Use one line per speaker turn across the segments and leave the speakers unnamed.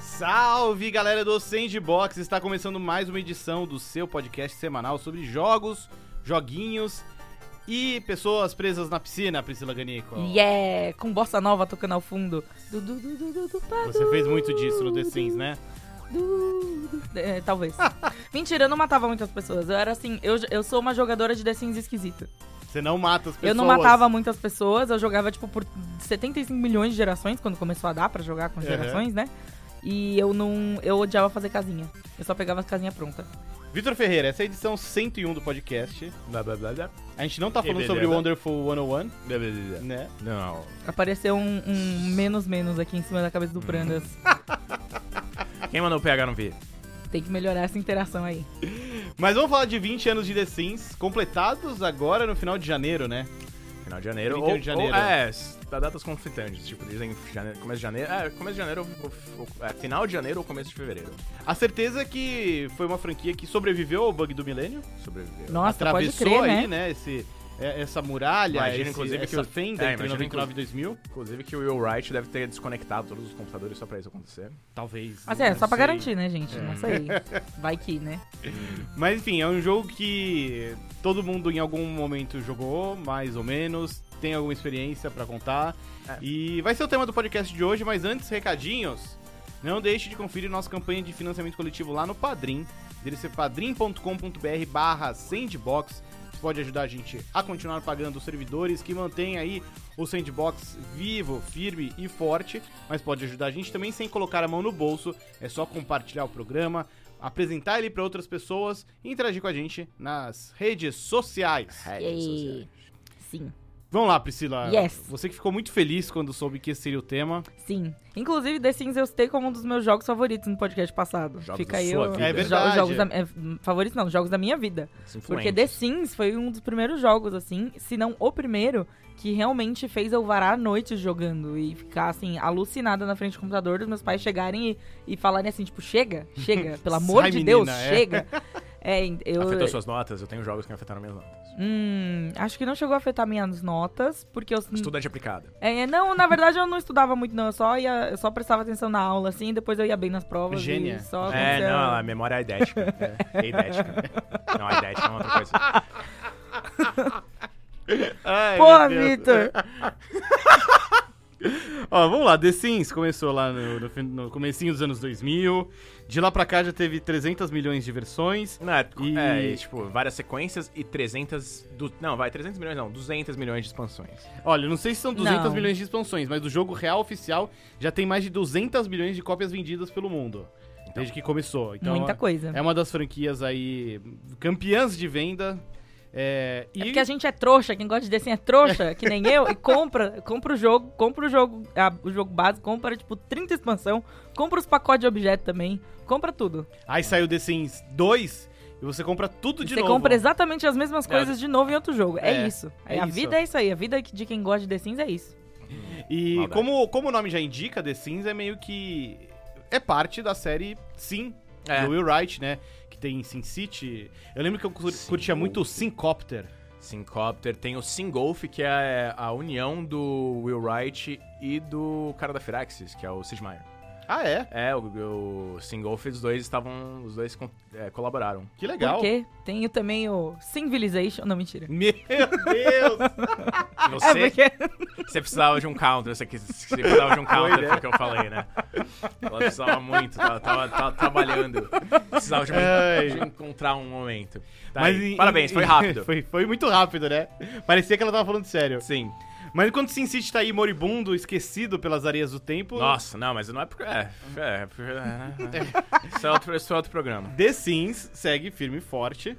Salve galera do Sandbox! Está começando mais uma edição do seu podcast semanal sobre jogos, joguinhos e pessoas presas na piscina, Priscila Ganico.
Yeah! é Com bossa nova tocando ao fundo. Du, du, du, du, du, du, pa,
Você
du,
fez muito disso no The Sims, né?
du, du. É, talvez. Mentira, eu não matava muitas pessoas. Eu era assim, eu, eu sou uma jogadora de The Sims esquisita.
Você não mata as pessoas.
Eu não matava muitas pessoas, eu jogava, tipo, por 75 milhões de gerações, quando começou a dar pra jogar com
Uhum.
gerações, né? E eu não. Eu odiava fazer casinha. Eu só pegava as casinhas prontas.
Vitor Ferreira, essa é a edição 101 do podcast.
Blá, blá, blá, blá.
A gente não tá
Que
falando
beleza.
sobre o Wonderful 101,
Blá, blá, blá, blá.
né?
Não.
Apareceu um, um menos menos aqui em cima da cabeça do
Uhum.
Prandas.
Quem mandou o PH não ver?
Tem que melhorar essa interação aí.
Mas vamos falar de 20 anos de The Sims, completados agora no final de janeiro, né?
Final de janeiro.
31
Ou,
de janeiro.
Ou, é, s- dá datas conflitantes. Tipo, dizem janeiro, começo de janeiro. É, começo de janeiro. ou- ou- é, final de janeiro ou começo de fevereiro.
A certeza é que foi uma franquia que sobreviveu ao bug do milênio.
Sobreviveu.
Nossa, pode
atravessou
crer,
aí,
né?
né, esse, é- essa muralha,
Imagina,
esse-
inclusive, que
essa
o-
fenda
é,
entre
imagina,
99 e 2000.
Inclusive que o Will Wright deve ter desconectado todos os computadores só pra isso acontecer.
Talvez.
Mas é,
não
só pra
sei.
garantir, né, gente?
É.
Não sei. Vai que, né?
Mas enfim, é um jogo que todo mundo em algum momento jogou, mais ou menos, tem alguma experiência pra contar.
É.
E vai ser o tema do podcast de hoje, mas antes, recadinhos. Não deixe de conferir nossa campanha de financiamento coletivo lá no Padrim. Endereço é padrim.com.br barra sandbox. Isso pode ajudar a gente a continuar pagando os servidores que mantêm aí o sandbox vivo, firme e forte. Mas pode ajudar a gente também sem colocar a mão no bolso. É só compartilhar o programa, apresentar ele para outras pessoas e interagir com a gente nas redes sociais.
Redes sociais.
Sim,
Vamos lá, Priscila.
Yes.
Você que ficou muito feliz quando soube que esse seria o tema.
sim. Inclusive, The Sims eu citei como um dos meus jogos favoritos no podcast passado.
Jogos
Fica
da
aí
sua
o-
vida. É
verdade.
jogos da, é, favoritos não, jogos da minha vida.
Os
Porque
influentes.
The Sims foi um dos primeiros jogos, assim, se não o primeiro, que realmente fez eu varar a noite jogando e ficar, assim, alucinada na frente do computador, dos meus pais chegarem e, e falarem assim, tipo, chega, chega, pelo amor
Sai,
de Deus,
menina, é.
chega. É, eu,
Afetou suas notas? Eu tenho jogos que afetaram minhas notas.
Hum, acho que não chegou a afetar minhas notas, porque eu.
Estudante aplicada.
É, não, na verdade eu não estudava muito, não. Eu só, ia, eu só prestava atenção na aula, assim, e depois eu ia bem nas provas.
Gênia.
E só
É,
acontecia-
não, a memória é idética. É idética. Não, a idética é uma outra coisa.
Ai,
Porra,
meu Deus.
Vitor!
Ó, vamos lá. The Sims começou lá no, no, fin- no comecinho dos anos 2000. De lá pra cá já teve 300 milhões de versões.
Não, é,
E-
é, e, tipo, várias sequências e 300... Du... Não, vai, 300 milhões não, 200 milhões de expansões.
Olha, eu não sei se são 200
Não.
milhões de expansões, mas o jogo real oficial já tem mais de 200 milhões de cópias vendidas pelo mundo. desde que começou. Então,
Muita coisa.
É uma das franquias aí campeãs de venda. É, e
É porque a gente é trouxa, quem gosta de desenho é trouxa, que nem eu, e compra, compra o jogo, compra o jogo, a- o jogo base, compra, tipo, 30 expansão, compra os pacotes de objeto também, compra tudo.
aí saiu The Sims 2 e você compra tudo de
Você
novo.
compra exatamente as mesmas coisas de novo em outro jogo. É,
É,
isso.
é
É, a
isso.
vida é isso aí. A vida de quem gosta de The Sims é isso.
E
Maldade.
como, como o nome já indica, The Sims é meio que. É parte da série Sim,
É.
do Will Wright, né? Que tem Sin City. Eu lembro que eu cur-
Sim.
curtia muito o Syncopter.
Syncopter, tem o Singolf, que é a união do Will Wright e do cara da Firaxis, que é o Sid Meier.
Ah, é?
É, o, o Singolf, os dois estavam... Os dois con- é, colaboraram.
Que legal.
Porque tem o- também o Civilization. Não, mentira.
Meu Deus! Ah,
E Você,
É porque.
você precisava de um counter, você, quis- você precisava de um
é.
counter, foi o que eu falei, né? Ela precisava muito, tava, tava- tava trabalhando. Precisava de, um-
Ai.
de encontrar um momento. Tá
Mas
aí.
em-
Parabéns, foi rápido.
foi, foi muito rápido, né? Parecia que ela tava falando sério.
Sim.
Mas enquanto Sin City tá aí moribundo, esquecido pelas areias do tempo,
Nossa, não, mas não é porque. É, é, porque- é, é. Isso é outro, isso é outro programa.
The Sims segue firme e forte.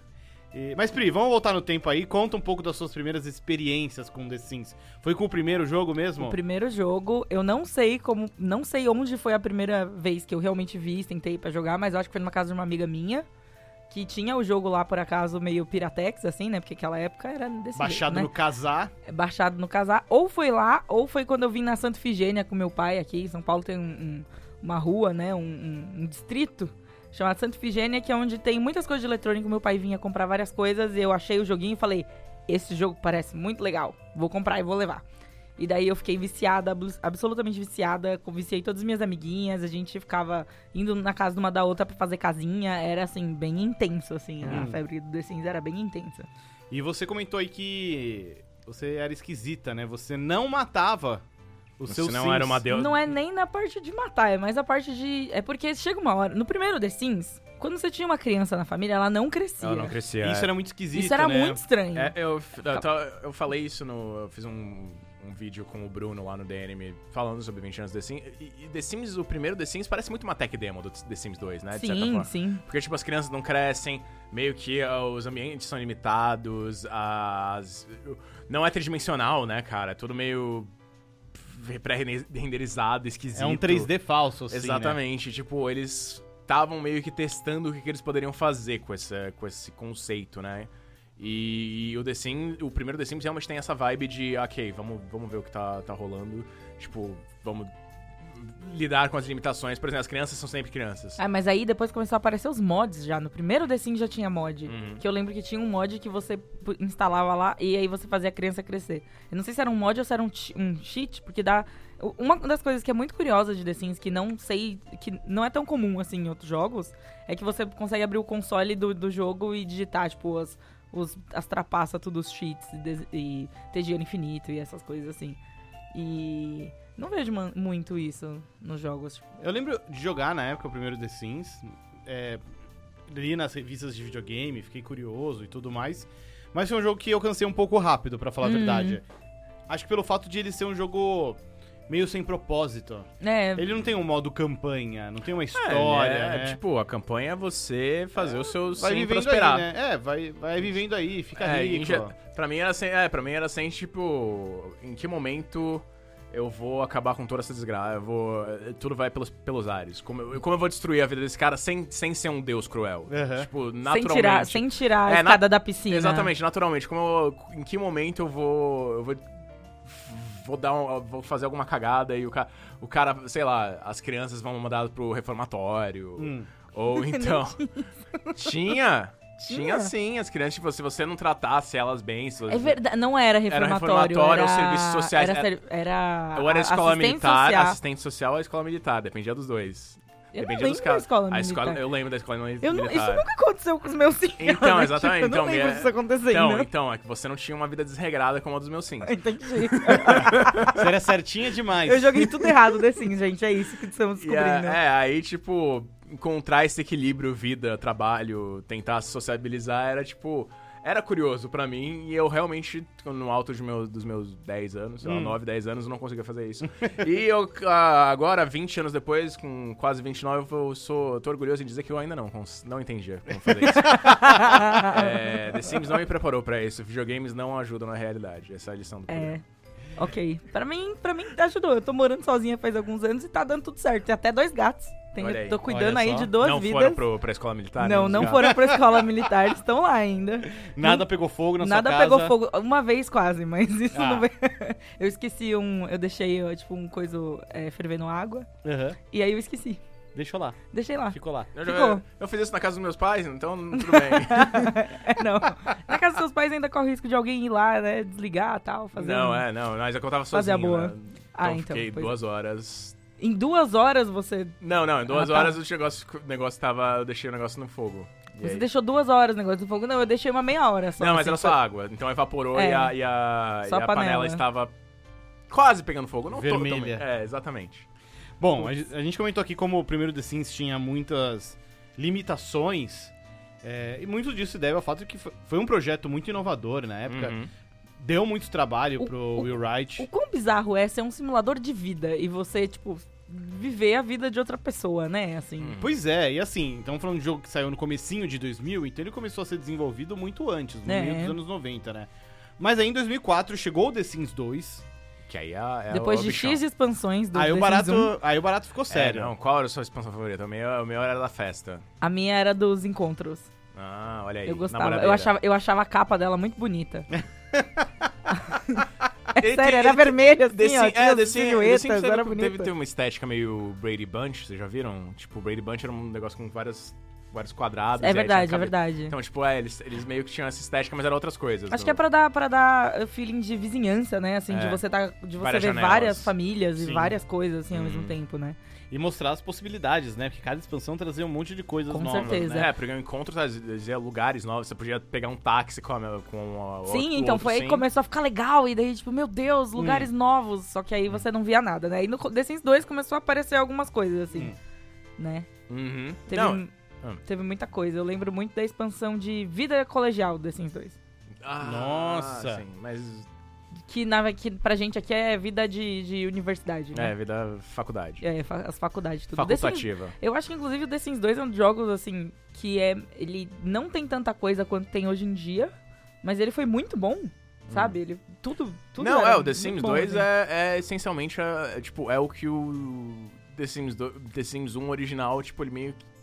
E- mas, Pri, vamos voltar no tempo aí. Conta um pouco das suas primeiras experiências com The Sims. Foi com o primeiro jogo mesmo?
O primeiro jogo, eu não sei como. Não sei onde foi a primeira vez que eu realmente vi, tentei pra jogar, mas eu acho que foi numa casa de uma amiga minha. Que tinha o jogo lá, por acaso, meio piratex, assim, né? Porque aquela época era
assim,
desse
Baixado
jeito,
no casar.
né? Baixado no casar. Ou foi lá, ou foi quando eu vim na Santa Figênia com meu pai aqui. Em São Paulo tem um- um- uma rua, né? Um, um- um distrito chamado Santa Figênia, que é onde tem muitas coisas de eletrônico. Meu pai vinha comprar várias coisas. Eu achei o joguinho e falei: Esse jogo parece muito legal. Vou comprar e vou levar. E daí eu fiquei viciada, abs- absolutamente viciada. co- Viciei todas as minhas amiguinhas. A gente ficava indo na casa de uma da outra pra fazer casinha. Era, assim, bem intenso, assim. A
Hum.
febre do The Sims era bem intensa.
E você comentou aí que você era esquisita, né? Você não matava os
Você
seus
não
Sims.
era uma deusa.
Não é nem na parte de matar, é mais a parte de... É porque chega uma hora... No primeiro The Sims, quando você tinha uma criança na família, ela não crescia.
Ela não crescia.
Isso
é.
era muito esquisito,
Isso era
né?
muito estranho.
É, eu, eu, tava- eu falei isso no. Eu fiz um, um vídeo com o Bruno lá no DNM falando sobre 20 anos The Sims. E, e The Sims, o primeiro The Sims, parece muito uma tech demo do The Sims 2, né? De certa
sim,
forma.
sim.
Porque, tipo, as crianças não crescem, meio que ah, os ambientes são limitados, as. Não é tridimensional, né, cara? É tudo meio pré-renderizado, esquisito.
É um 3D falso, assim, né?
Exatamente. Tipo, eles estavam meio que testando o que, que eles poderiam fazer com, essa, com esse conceito, né? E, e o The Sims, o primeiro The Sims realmente tem essa vibe de, ok, vamos, vamos ver o que tá, tá rolando. Tipo, vamos lidar com as limitações. Por exemplo, as crianças são sempre crianças.
Ah, mas aí depois começou a aparecer os mods já. No primeiro The Sims já tinha mod. Que eu lembro que tinha um mod que você pu- instalava lá e aí você fazia a criança crescer. Eu não sei se era um mod ou se era um, chi- um cheat, porque dá. u- Uma das coisas que é muito curiosa de The Sims, que não sei. que não é tão comum assim em outros jogos, é que você consegue abrir o console do, do jogo e digitar, tipo, as, os, as trapaças, tudo, os cheats e, des- e ter dinheiro infinito e essas coisas assim. E. Não vejo man- muito isso nos jogos. tipo,
Eu lembro de jogar na época o primeiro The Sims. é, li nas revistas de videogame, fiquei curioso e tudo mais. Mas foi um jogo que eu cansei um pouco rápido, pra falar a
Uhum.
verdade. Acho que pelo fato de ele ser um jogo meio sem propósito.
né?
Ele não tem um modo campanha, não tem uma história.
é,
né?
Tipo, a campanha é você fazer o seu
vai
sim
vivendo
prosperar.
aí, né? É, vai, vai vivendo aí, fica
É, em
rico.
ge- pra mim era sem, é, pra mim era sem, tipo, em que momento eu vou acabar com toda essa desgraça, eu vou, eh, tudo vai pelos, pelos ares. Como eu, como eu vou destruir a vida desse cara sem, sem ser um deus cruel?
Uhum.
Tipo,
Sem
naturalmente.
tirar, sem tirar a
É, na-
escada da piscina.
Exatamente, naturalmente. Como eu- em que momento eu vou. Eu vou. Vou dar um- vou fazer alguma cagada e o cara. O cara, sei lá, as crianças vão mandar pro reformatório.
Hum.
Ou então. tinha!
Tinha?
Tinha sim, as crianças, tipo, se você não tratasse elas bem, se
É verdade, não era reformatório.
reformatório,
era
os serviços sociais,
Era,
era-
ser- era,
Ou era
a-
a escola
assistente
militar,
social.
assistente social ou a escola militar, dependia dos dois.
Eu não
dependia dos
lembro
caras.
da escola
A escola-
militar.
eu lembro da escola militar.
Eu não- isso nunca aconteceu com os meus filhos.
Então,
né?
exatamente,
Tipo, eu
então,
não lembro
é-
disso acontecendo.
Então, então, é que você não tinha uma vida desregrada como a dos meus sims.
Entendi.
Você era certinha demais.
Eu joguei tudo errado The Sims, gente. É isso que estamos
E
descobrindo.
é, é, aí, tipo, encontrar esse equilíbrio vida, trabalho, tentar se sociabilizar era, tipo... Era curioso pra mim e eu realmente, no alto de meu- dos meus 10 anos, sei lá,
Hum.
9, 10 anos, eu não conseguia fazer isso. e eu, ah, agora, 20 anos depois, com quase 29, eu sou, tô orgulhoso em dizer que eu ainda não, cons- não entendia como fazer isso. É, The Sims não me preparou pra isso. Videogames não ajudam na realidade. Essa é a lição do
É.
programa.
Ok. Pra mim, pra mim ajudou. Eu tô morando sozinha faz alguns anos e tá dando tudo certo. Tem até dois gatos. Tenho-
Olha aí,
tô cuidando
olha
aí
só.
de duas
não
vidas.
foram pro, pra escola militar?
não,
né,
não
os
foram pra escola militar, eles estão lá ainda.
Nada pegou fogo na
Nada
sua casa.
pegou fogo. Uma vez quase, mas isso
Ah.
não veio. Eu esqueci um. Eu deixei, ó, tipo, um coisa é, fervendo água.
Aham.
E aí eu esqueci.
Deixou lá,
Deixei lá.
ficou lá.
Eu, já-
Ficou.
eu fiz isso na casa dos meus pais, então tudo bem.
É, não. Na casa dos seus pais ainda corre o risco de alguém ir lá, né? Desligar e tal. Fazer
não,
um-
é, não. Mas é que eu tava sozinho.
Fazer a boa.
Né?
Ah,
eu
então.
Fiquei
pois é.
duas horas.
Em duas horas você.
Não, não, em duas
Ah, tá.
horas o negócio, o negócio tava. Eu deixei o negócio no fogo. E
Você
aí-
deixou duas horas o negócio do fogo. Não, eu deixei uma meia hora só.
Não, mas
assim,
era só água. Então evaporou
É.
e a, e a,
Só
e
a
a
panela.
panela estava quase pegando fogo. Não
Vermelha.
totalmente. É, exatamente.
Bom, a, ge- a gente comentou aqui como o primeiro The Sims tinha muitas limitações. é, e muito disso se deve ao fato de que fo- foi um projeto muito inovador
É
na época.
Uhum.
Deu muito trabalho
O-
pro
o-
Will Wright.
O quão bizarro é ser um simulador de vida e você, tipo, viver a vida de outra pessoa, né? Assim.
Hum.
Pois é, e assim, estamos falando de um jogo que saiu no comecinho de 2000, então ele começou a ser desenvolvido muito antes, no
É.
meio dos anos 90, né? Mas aí em 2004 chegou o The Sims 2,
Que aí é, é
Depois
o
de
bichão.
X expansões do Um,
aí o,
The Sims
barato,
1,
aí o barato ficou sério.
É, não, qual era a sua expansão favorita? O meu, o meu era da festa.
a minha era dos encontros.
Ah, olha aí.
Eu gostava.
namoradeira.
Eu achava, eu achava a capa dela muito bonita. é sério,
Ele tem-
era
ele tem-
vermelha assim,
The Sim-
ó.
é,
Tinha
The
as
Sim- The Sims
silhuetas,
teve-
era
Teve,
bonita.
teve uma estética meio Brady Bunch, vocês já viram? Tipo, Brady Bunch era um negócio com várias vários quadrados. e
É
aí tinha
verdade, é
cabe-
verdade.
Então, tipo, é, eles, eles meio que tinham essa estética, mas eram outras coisas.
Acho
no-
que é pra dar, pra dar uh, feeling de vizinhança, né? Assim, de
É.
você, tá, de você ver
Várias janelas.
várias famílias e
Sim.
várias coisas, assim, ao mesmo
Uhum.
tempo, né?
E mostrar as possibilidades, né? Porque cada expansão trazia um monte de coisas
Com
novas.
certeza.
Né?
É, porque o encontro trazia lugares novos, você podia pegar um táxi com a, com a outro-
Sim,
o
então
outro
foi aí
sim. Hum.
que começou a ficar legal. E daí, tipo, meu Deus, lugares novos. Só que aí você não via nada, né? E no The Sims 2 começou a aparecer algumas coisas, assim,
Hum.
né?
Uhum.
Teve, um-
Não, Ah.
teve muita coisa. Eu lembro muito da expansão de vida colegial do The Sims 2.
ah,
Nossa.
Sim, mas
Uhum. Que, na, que pra gente aqui é vida de, de universidade,
é
né?
vida faculdade.
É, fa- as faculdades, tudo. The Sims-
Facultativa.
Eu acho que, inclusive, o The Sims 2 é um dos jogos, assim, que é... Ele não tem tanta coisa quanto tem hoje em dia, mas ele foi muito bom, sabe? Ele... Tudo, tudo
Hum. Não,
era
é, o The
muito
Sims
bom,
2
assim.
é, é essencialmente, é, é, tipo, é o que o The Sims, do, The Sims 1 original, tipo, ele meio que,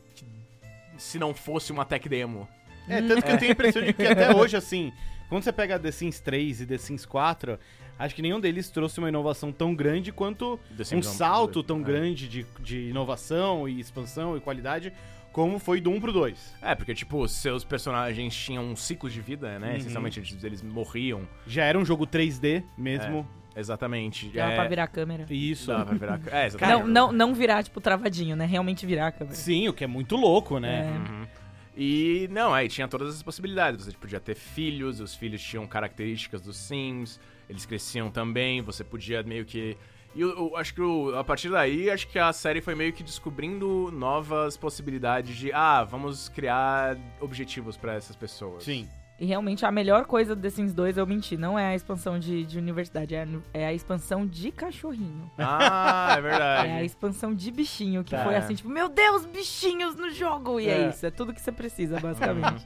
se não fosse uma tech demo.
É,
Hum,
tanto que eu tenho a impressão de que até hoje, assim, quando você pega The Sims 3 e The Sims 4, acho que nenhum deles trouxe uma inovação tão grande quanto
The
um
Sims um-
salto tão
é.
grande de, de inovação e expansão e qualidade como foi do 1 pro 2.
É, porque, tipo, seus personagens tinham um ciclo de vida, né?
Uhum.
Essencialmente, eles, eles morriam.
Já era um jogo 3D mesmo.
Exatamente.
Dava
é,
pra virar a câmera.
Isso.
Dá pra virar... É,
Não,
exatamente.
não, não virar, tipo, travadinho, né? Realmente virar a câmera.
Sim, o que é muito louco, né?
É.
Uhum. E não, aí tinha todas as possibilidades. Você podia ter filhos, os filhos tinham características dos Sims, eles cresciam também, você podia meio que. E eu, eu acho que o- a partir daí, acho que a série foi meio que descobrindo novas possibilidades de, ah, vamos criar objetivos pra essas pessoas.
Sim.
E realmente a melhor coisa do The Sims 2, eu menti, não é a expansão de, de universidade, é a, é a expansão de cachorrinho.
Ah, é
É a
verdade.
expansão de bichinho, que
Tá.
foi assim, tipo, meu Deus, bichinhos no jogo! E é,
É.
isso, é tudo que você precisa,
Uhum.
basicamente.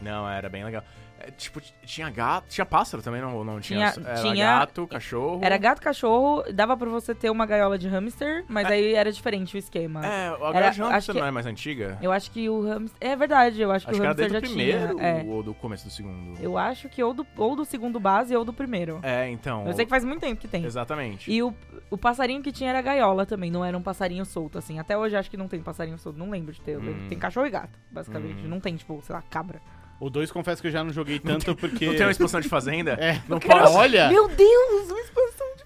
não, era bem legal. É, tipo, t- tinha gato, tinha pássaro também, não, não tinha.
Tinha-
era
tinha-
gato, cachorro.
Era gato cachorro, dava pra você ter uma gaiola de hamster, mas aí era diferente o esquema.
É, a
Era-
Garage Hamster
acho que-
não é mais antiga?
Eu acho que o hamster. É verdade, eu acho,
Acho
que
que
o
era
hamster
desde o
já
primeiro
tinha. É.
ou do começo do segundo.
Eu acho que ou do, ou do segundo base ou do primeiro.
É, então.
Eu sei que faz muito tempo que tem.
Exatamente.
E o, o passarinho que tinha era gaiola também, não era um passarinho solto, assim. Até hoje acho que não tem passarinho solto, não lembro de ter. Eu lembro que
Hum.
Tem cachorro e gato, basicamente.
Hum.
Não tem, tipo, sei lá, cabra.
O 2 confesso que eu já não joguei tanto porque.
Não tem uma expansão de fazenda?
É,
Não,
Cara,
posso-
olha,
Meu Deus, uma expansão de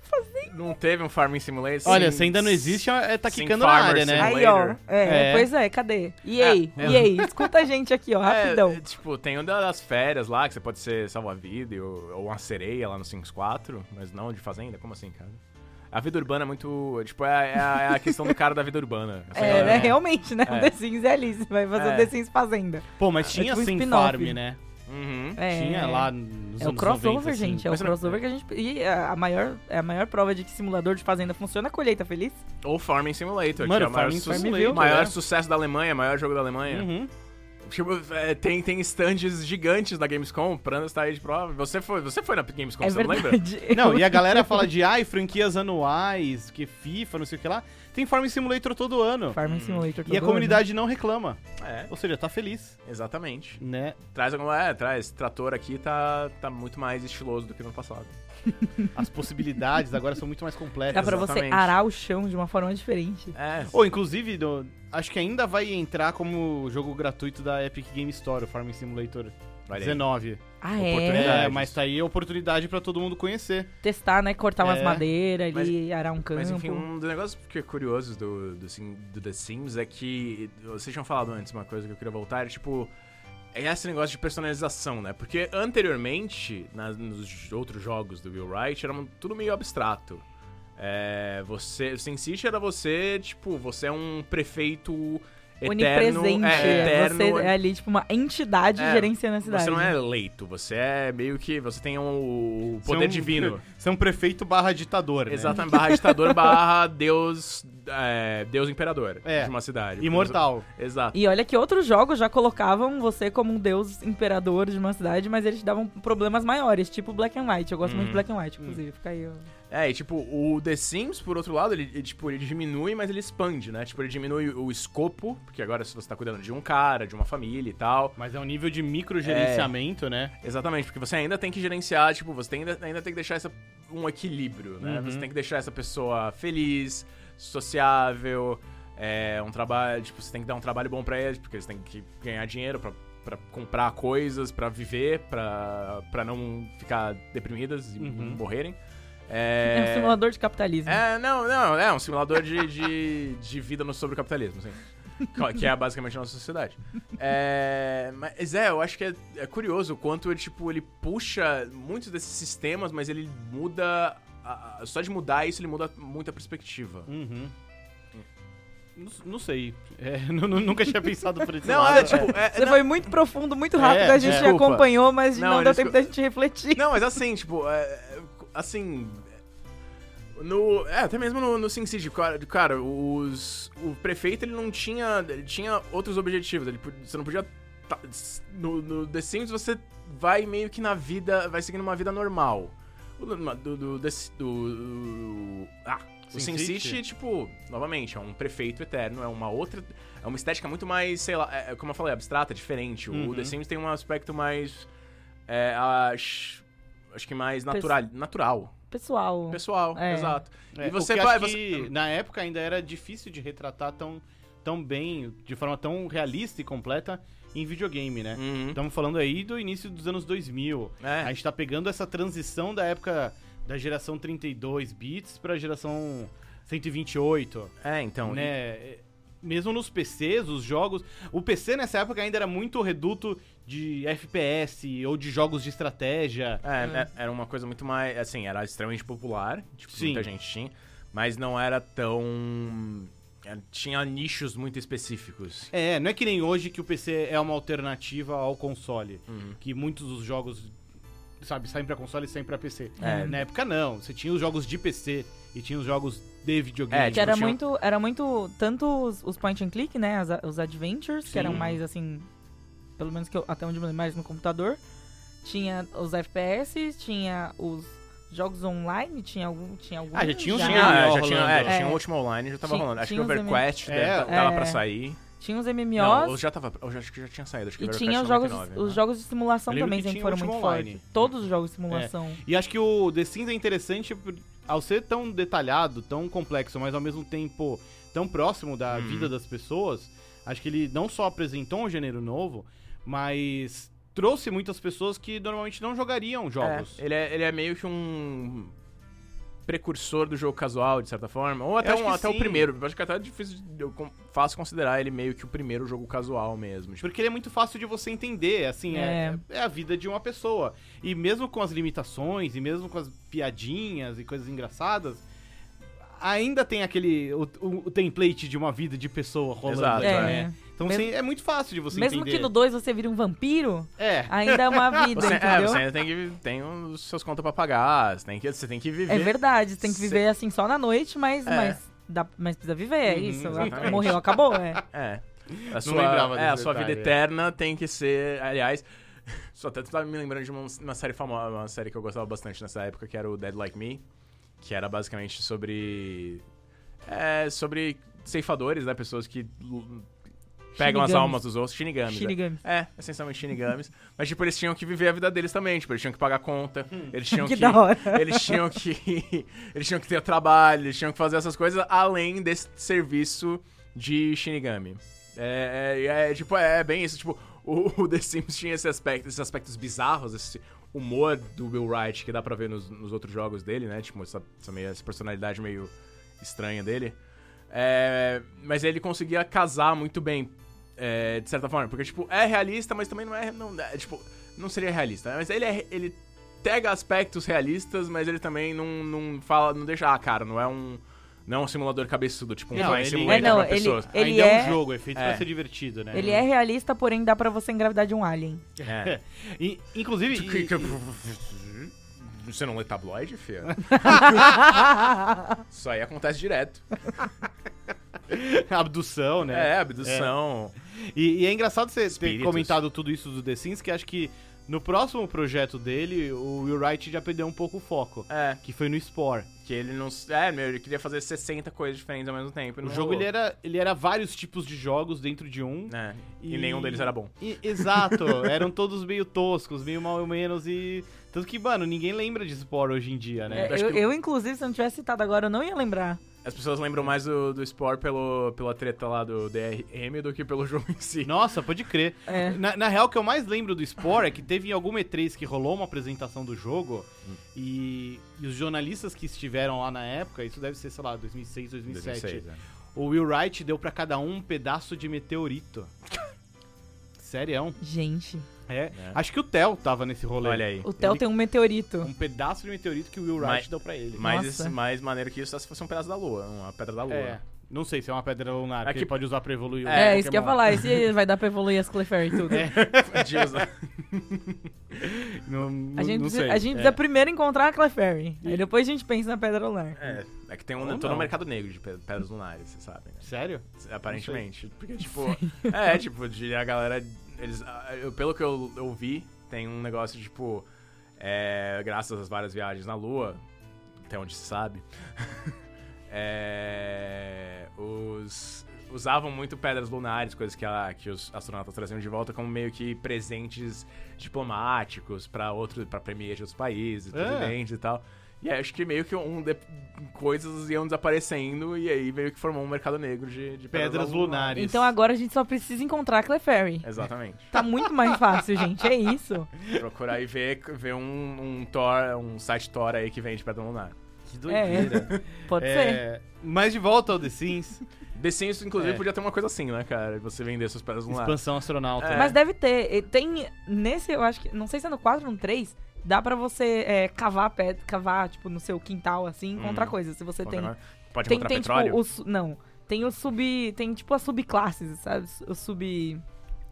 não teve um Farming Simulator?
olha,
Sim.
se ainda não existe, é, tá
Sim,
quicando na área,
farmers,
né?
É, sim.
Aí,
later.
ó. É,
É.
pois é, cadê? E aí?
Ah,
e aí? Escuta a gente aqui, ó,
É,
rapidão.
é, tipo, tem o da- das férias lá, que você pode ser salva-vida ou, ou uma sereia lá no 5-4, mas não de fazenda? Como assim, cara? A vida urbana é muito. Tipo, é, é a- é a questão do cara da vida urbana. Essa
É,
galera-
né? Realmente, né?
É.
O The Sims é ali. Você vai fazer
É.
o The Sims Fazenda.
Pô, mas tinha
É tipo um
Sim
spin-off.
Farm, né?
Uhum.
É.
Tinha lá nos
É o
anos
crossover,
90, assim.
gente. É o
Mas não-
crossover que a gente. E a a maior, é a maior prova de que simulador de fazenda funciona é a colheita feliz.
Ou Farming Simulator,
Mano,
que é o maior,
Farming
su-
Simulator,
maior
né?
sucesso da Alemanha, maior jogo da Alemanha.
Uhum.
Tipo, é, tem, tem stands gigantes da Gamescom, Pranda está aí de prova. Você foi, você foi na Gamescom,
é
você não lembra?
verdade.
Não, e a galera fala de, ai, franquias anuais, que FIFA, não sei o que lá. Tem Farm Simulator todo ano.
Farming
Hum.
Simulator. todo
e a
ano.
comunidade não reclama.
É,
Ou seja, tá feliz,
exatamente.
né?
Traz alguma. É, traz. Esse Trator aqui tá, tá muito mais estiloso do que no passado.
As possibilidades agora são muito mais
Dá
completas.
É pra você
é, Exatamente.
arar o chão de uma forma diferente.
É.
Ou, inclusive, no- acho que ainda vai entrar como jogo gratuito da Epic Game Store, o Farming Simulator
olha aí.
19.
Ah, é?
Oportunidade.
É, mas tá aí a oportunidade pra todo mundo conhecer.
Testar, né? Cortar umas
É.
madeiras ali, arar um campo.
Mas enfim, um dos negócios que é curioso do, do, Sim- do The Sims é que. Vocês tinham falado antes uma coisa que eu queria voltar, é tipo. É esse negócio de personalização, né? Porque anteriormente, nas- nos outros jogos do Will Wright, era um, tudo meio abstrato. É, você, SimCity era você, tipo, você é um prefeito um eterno,
Onipresente.
é, eterno,
Você é ali, tipo, uma entidade
É,
gerenciando a cidade.
Você não é eleito, você é meio que. Você tem um, o
Você é
poder
um-
divino.
Você é um prefeito barra ditador, né?
Exatamente, barra ditador, barra deus. é, deus imperador
É.
de uma cidade.
Imortal.
Exato.
E olha que outros jogos já colocavam você como um deus imperador de uma cidade, mas eles te davam problemas maiores, tipo Black and White. Eu gosto muito de Black and White, inclusive. Fica aí. ó.
É, e tipo, o The Sims, por outro lado, ele, ele, tipo, ele diminui, mas ele expande, né? Tipo, ele diminui o escopo, porque agora se você tá cuidando de um cara, de uma família e tal.
Mas é um nível de microgerenciamento, né?
Exatamente, porque você ainda tem que gerenciar, tipo, você tem- ainda, ainda tem que deixar essa, um equilíbrio, né?
Uhum.
Você tem que deixar essa pessoa feliz, sociável, É um trabalho, tipo, você tem que dar um trabalho bom pra eles, porque eles têm que ganhar dinheiro pra, pra comprar coisas, pra viver, pra, pra não ficar deprimidas e
Uhum.
morrerem.
É, um simulador de capitalismo.
É, não, não, é um simulador de, de, de vida no, sobre o capitalismo, assim. Co- Que é basicamente a nossa sociedade. É, mas é, eu acho que é, é curioso o quanto tipo, ele puxa muitos desses sistemas, mas ele muda. a- a- só de mudar isso, ele muda muita perspectiva.
Uhum. Não, não sei. É, nu- nu- nunca tinha pensado por esse
Não,
lado.
é tipo. é-
Você
não,
foi muito profundo, muito rápido,
É,
a gente
desculpa.
acompanhou, mas não,
Não,
deu tempo
desculpa.
da gente refletir.
Não, mas assim, tipo, é, assim. No, é, até mesmo no, no Sin City, cara, cara, os, o prefeito ele não tinha. Ele tinha outros objetivos. Ele, pod- você não podia. tá- no, no The Sims você vai meio que na vida. Vai seguindo uma vida normal. O do- Do. do, desse- do- ah,
Sin
o Sin
City?
City, tipo, novamente, é um prefeito eterno, é uma outra. É uma estética muito mais, sei lá, é- é, como eu falei, abstrata, diferente.
Uhum.
O The Sims tem um aspecto mais. é, acho, acho que mais natural, natural.
Pessoal,
Pessoal,
É.
exato.
É,
e você
porque
vai.
acho que
Você...
na época ainda era difícil de retratar tão, tão bem, de forma tão realista e completa em videogame, né?
Uhum.
Estamos falando aí do início dos anos 2000.
É.
A gente tá pegando essa transição da época da geração 32 bits pra geração 128,
É, então. e-
né? Mesmo nos PCs, os jogos... O PC nessa época ainda era muito reduto de FPS ou de jogos de estratégia.
é, é, era uma coisa muito mais. Assim, era extremamente popular. Tipo,
Sim.
muita gente tinha. Mas não era tão. é, Tinha nichos muito específicos.
É, não é que nem hoje que o PC é uma alternativa ao console.
Uhum.
Que muitos dos jogos, sabe, saem pra console e saem pra PC.
É.
Na época não, você tinha os jogos de PC e tinha os jogos de videogame.
É,
que
tipo,
era
tinha-
muito, era muito, tanto os, os point and click, né, as- os adventures, que eram
Sim.
mais assim, pelo menos que eu, até onde eu me lembro, mais no computador, tinha os FPS, tinha os jogos online, tinha algum, tinha algum
Ah, já tinha os
Tinha,
Já. MMO
já, tinha, é,
rolando.
já
É.
tinha o último online, já tava
Tinha-
rolando. Acho que
tinha
o
os M-
Overquest
É,
deve- tava
é.
pra sair.
tinha os
Não,
MMOs.
eu já tava. Eu já, acho que já tinha saído. Acho que
E
o
tinha os
Overcrash
jogos,
é 99,
os
né?
jogos de simulação
Eu lembro
também
que
sempre
tinha o
foram muito
último online.
fortes. Todos os jogos de
É,
simulação.
E acho que o The Sims é interessante por- ao ser tão detalhado, tão complexo, mas ao mesmo tempo tão próximo da
Uhum.
vida das pessoas. Acho que ele não só apresentou um gênero novo, mas trouxe muitas pessoas que normalmente não jogariam jogos.
É, ele, é, ele é meio que um precursor do jogo casual, de certa forma. Ou até,
acho
um,
que
até o
sim.
primeiro. Eu Acho que até é difícil. de- Eu con- faço considerar ele meio que o primeiro jogo casual mesmo. Tipo,
Porque ele é muito fácil de você entender, assim, é. É, a vida de uma pessoa. E mesmo com as limitações, e mesmo com as piadinhas e coisas engraçadas, ainda tem aquele. o, o- o template de uma vida de pessoa rolando
Exato,
ali,
é.
né? Então
Mesmo-
você- é muito fácil de você
Mesmo
entender.
que no 2 você vira um vampiro,
É.
ainda é uma vida,
você, é,
entendeu?
você ainda tem que. Tem os seus contas pra pagar. Você tem que, você tem que viver.
É verdade, tem que
Cê-
viver assim só na noite, mas,
É.
mas, dá- mas precisa viver, é
Uhum,
isso.
exatamente.
Morreu, acabou, é.
É. A sua,
lembrava
é,
desse
a sua vida
detalhe, é.
eterna tem que ser. Aliás, só até tu tava me lembrando de uma, uma série famosa, uma série que eu gostava bastante nessa época, que era o Dead Like Me, que era basicamente sobre. É, sobre ceifadores, né? Pessoas que l- pegam as
Shinigamis.
almas dos outros, shinigamis. né?
Shinigamis.
É, essencialmente shinigamis. Mas, tipo, eles tinham que viver a vida deles também. Tipo, eles tinham que pagar conta. Eles tinham
Hum. Que
que.
da hora.
Eles tinham que. Eles tinham que ter trabalho, eles tinham que fazer essas coisas além desse serviço de shinigami. É, é- é, tipo, é bem isso. Tipo, o, o The Sims tinha esse aspecto, esses aspectos bizarros, esse humor do Will Wright que dá pra ver nos, nos outros jogos dele, né? Tipo, essa, essa, meio- essa personalidade meio estranha dele. É, mas ele conseguia casar muito bem, é, de certa forma. Porque, tipo, é realista, mas também não é. Não, é, tipo, não seria realista. né? Mas ele, é, ele pega aspectos realistas, mas ele também não, não fala, não deixa, ah, cara, não é um. Não é um simulador cabeçudo, tipo um
Não,
Flying
ele-
Simulator
É, não,
pra
ele-
pessoas.
Ele
ainda é um
é-
jogo, é feito pra
é.
ser divertido, né?
Ele é realista, porém dá pra você engravidar de um alien.
É.
E, inclusive.
Tu
e-
que- que- Você não lê tabloide, filho? Isso aí acontece direto.
abdução, né?
É, abdução.
E, e é engraçado você ter
Espíritos.
comentado tudo isso do The Sims, que acho que no próximo projeto dele, o Will Wright já perdeu um pouco o foco.
É.
Que foi no Spore.
que ele não. É, meu, ele queria fazer 60 coisas diferentes ao mesmo tempo. e
O
não
jogo
rolou.
ele é era, ele era vários tipos de jogos dentro de um.
É, e... nenhum deles era bom.
E- exato, eram todos meio toscos, meio mal ou menos e. Tanto que, mano, ninguém lembra de Spore hoje em dia, né?
É,
acho
eu,
que-
eu, inclusive, se eu não tivesse citado agora, eu não ia lembrar.
As pessoas lembram mais do, do Spore pelo, pela treta lá do DRM do que pelo jogo em si.
Nossa, pode crer.
É.
Na, na real, o que eu mais lembro do Spore é que teve em alguma E3 que rolou uma apresentação do jogo e, e os jornalistas que estiveram lá na época, isso deve ser, sei lá, 2006, 2007,
2006, né?
o Will Wright deu pra cada um um pedaço de meteorito. Serião.
Gente,
É.
É.
Acho que o Theo tava nesse rolê.
Olha aí.
o Theo
Ele-
tem um meteorito.
Um pedaço de meteorito que o Will Wright
Mas-
deu pra ele.
Mais,
Nossa.
esse- mais maneiro que isso é se fosse um pedaço da lua, uma pedra da lua.
É. Não sei se é uma pedra lunar,
É
que
que-
ele pode usar pra evoluir. o
É,
Pokémon.
isso que eu ia falar. Esse aí vai dar pra evoluir as Clefairy e tudo.
É,
Dias lá.
Não, não-
a gente,
não
precisa,
sei.
a gente
É.
precisa primeiro encontrar a Clefairy. Aí depois a gente pensa na Pedra Lunar.
É, é que tem um,
Ou
todo
não.
um mercado negro de pe- pedras lunares, vocês sabem, né?
Sério?
Aparentemente. Porque, tipo, é, tipo, de a galera. Eles, ah, eu- pelo que eu, eu vi, tem um negócio, tipo, é, graças às várias viagens na Lua, até onde se sabe, é, os. Usavam muito pedras lunares, coisas que, a, que os astronautas traziam de volta, como meio que presentes diplomáticos pra outro, para premier de outros países,
É.
presidentes e tal. E aí, acho que meio que um de- coisas iam desaparecendo e aí meio que formou um mercado negro de, de
Pedras
É,
lunares.
Então agora a gente só precisa encontrar a Clefairy.
Exatamente.
Tá muito mais fácil, gente. É isso.
Procurar e ver, ver um, um Thor, um site Thor aí que vende pedra lunar.
Que doideira.
Pode ser.
É, mas de volta ao The Sims,
The Sims, inclusive,
É.
podia ter uma coisa assim, né, cara? Você vender suas pedras lunares.
expansão astronauta.
É.
Mas deve ter. E Tem nesse, eu acho que. Não sei se é no 4 ou no 3. Dá pra você é, cavar pedra, cavar, tipo, no seu quintal, assim, encontrar
Hum.
coisas. Se você tem.
Encontrar- Pode
Tem,
encontrar
tem tipo,
petróleo?
os. Não. Tem os sub. Tem, tipo, as subclasses, sabe? Os sub.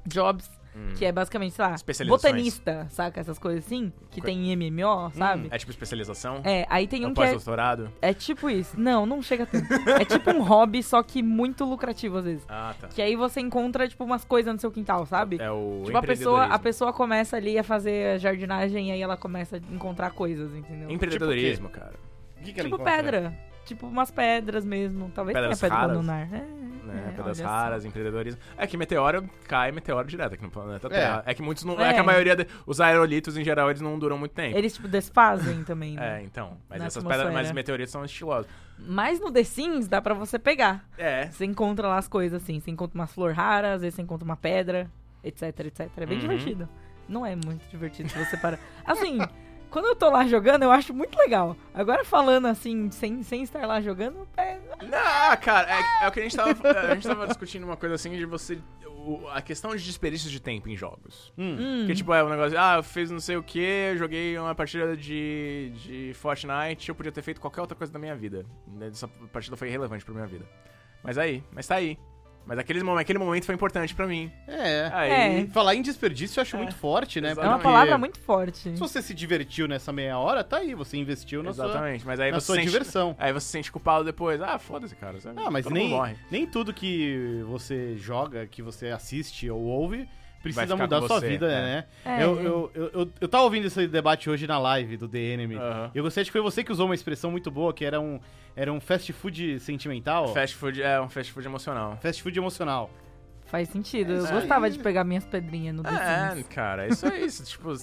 Jobs,
Hum.
que é basicamente, sei lá,
Especializações.
botanista, saca? Essas coisas assim, que
Ok.
tem MMO, sabe?
É tipo especialização?
É, aí tem
Um
um que é,
pós-doutorado?
é tipo isso. Não, não chega tanto. É tipo um hobby, só que muito lucrativo às vezes.
Ah, tá.
Que aí você encontra, tipo, umas coisas no seu quintal, sabe?
É o
Tipo, a pessoa, a
empreendedorismo.
pessoa começa ali a fazer jardinagem e aí ela começa a encontrar coisas, entendeu?
Empreendedorismo, cara.
O que que ela
Tipo
encontra?
pedra. Tipo umas pedras mesmo. Talvez
né? Pedras
tenha pedra
raras.
lunar. É,
Né?
é,
Pedras
olha só.
raras, empreendedorismo. É que meteoro cai meteoro direto aqui no planeta
É.
Terra. É que muitos não. É.
É.
que a maioria. de- os aerolitos, em geral, eles não duram muito tempo.
Eles, tipo, desfazem também, né?
É, então. Mas
Na
essas pedras. Mas
atmosfera.
meteoritos são estilosos.
Mas no The Sims dá pra você pegar.
É.
Você encontra lá as coisas, assim. Você encontra umas flor raras, às vezes você encontra uma pedra, etc, etc. É bem
Uhum.
divertido. Não é muito divertido se você parar. Assim, quando eu tô lá jogando, eu acho muito legal. Agora falando, assim, sem, sem estar lá jogando, é...
Não, cara, é, é o que a gente tava. A gente tava discutindo uma coisa assim de você. o- a questão de desperdício de tempo em jogos.
Hum.
Hum.
Que tipo, é um negócio, ah, eu fiz não sei o que, eu joguei uma partida de, de Fortnite, eu podia ter feito qualquer outra coisa da minha vida. né? Essa partida foi irrelevante pra minha vida. Mas aí, mas tá aí. Mas aquele, mom- aquele momento foi importante pra mim.
É.
Aí.
É.
Falar em desperdício eu acho muito forte, né?
É uma
Exatamente.
palavra muito forte.
Se você se divertiu nessa meia hora, tá aí, você investiu na sua,
Exatamente, mas aí
na
você
sua
sente,
diversão.
Aí você se sente culpado depois. Ah, foda-se, cara. Sabe?
Ah, mas
Todo
nem,
mundo morre.
nem tudo que você joga, que você assiste ou ouve, precisa
ficar com
mudar a sua
você,
vida,
é.
né?
É.
Eu, eu, eu, eu, eu tava ouvindo esse debate hoje na live do The Enemy.
Aham.
Eu gostei, acho que foi você que usou uma expressão muito boa, que era um, era um fast food sentimental.
Fast food é um fast food emocional.
Fast food emocional.
Faz sentido. Eu
isso
gostava
aí.
de pegar minhas pedrinhas no The
É,
Sims.
cara, isso é isso. tipo,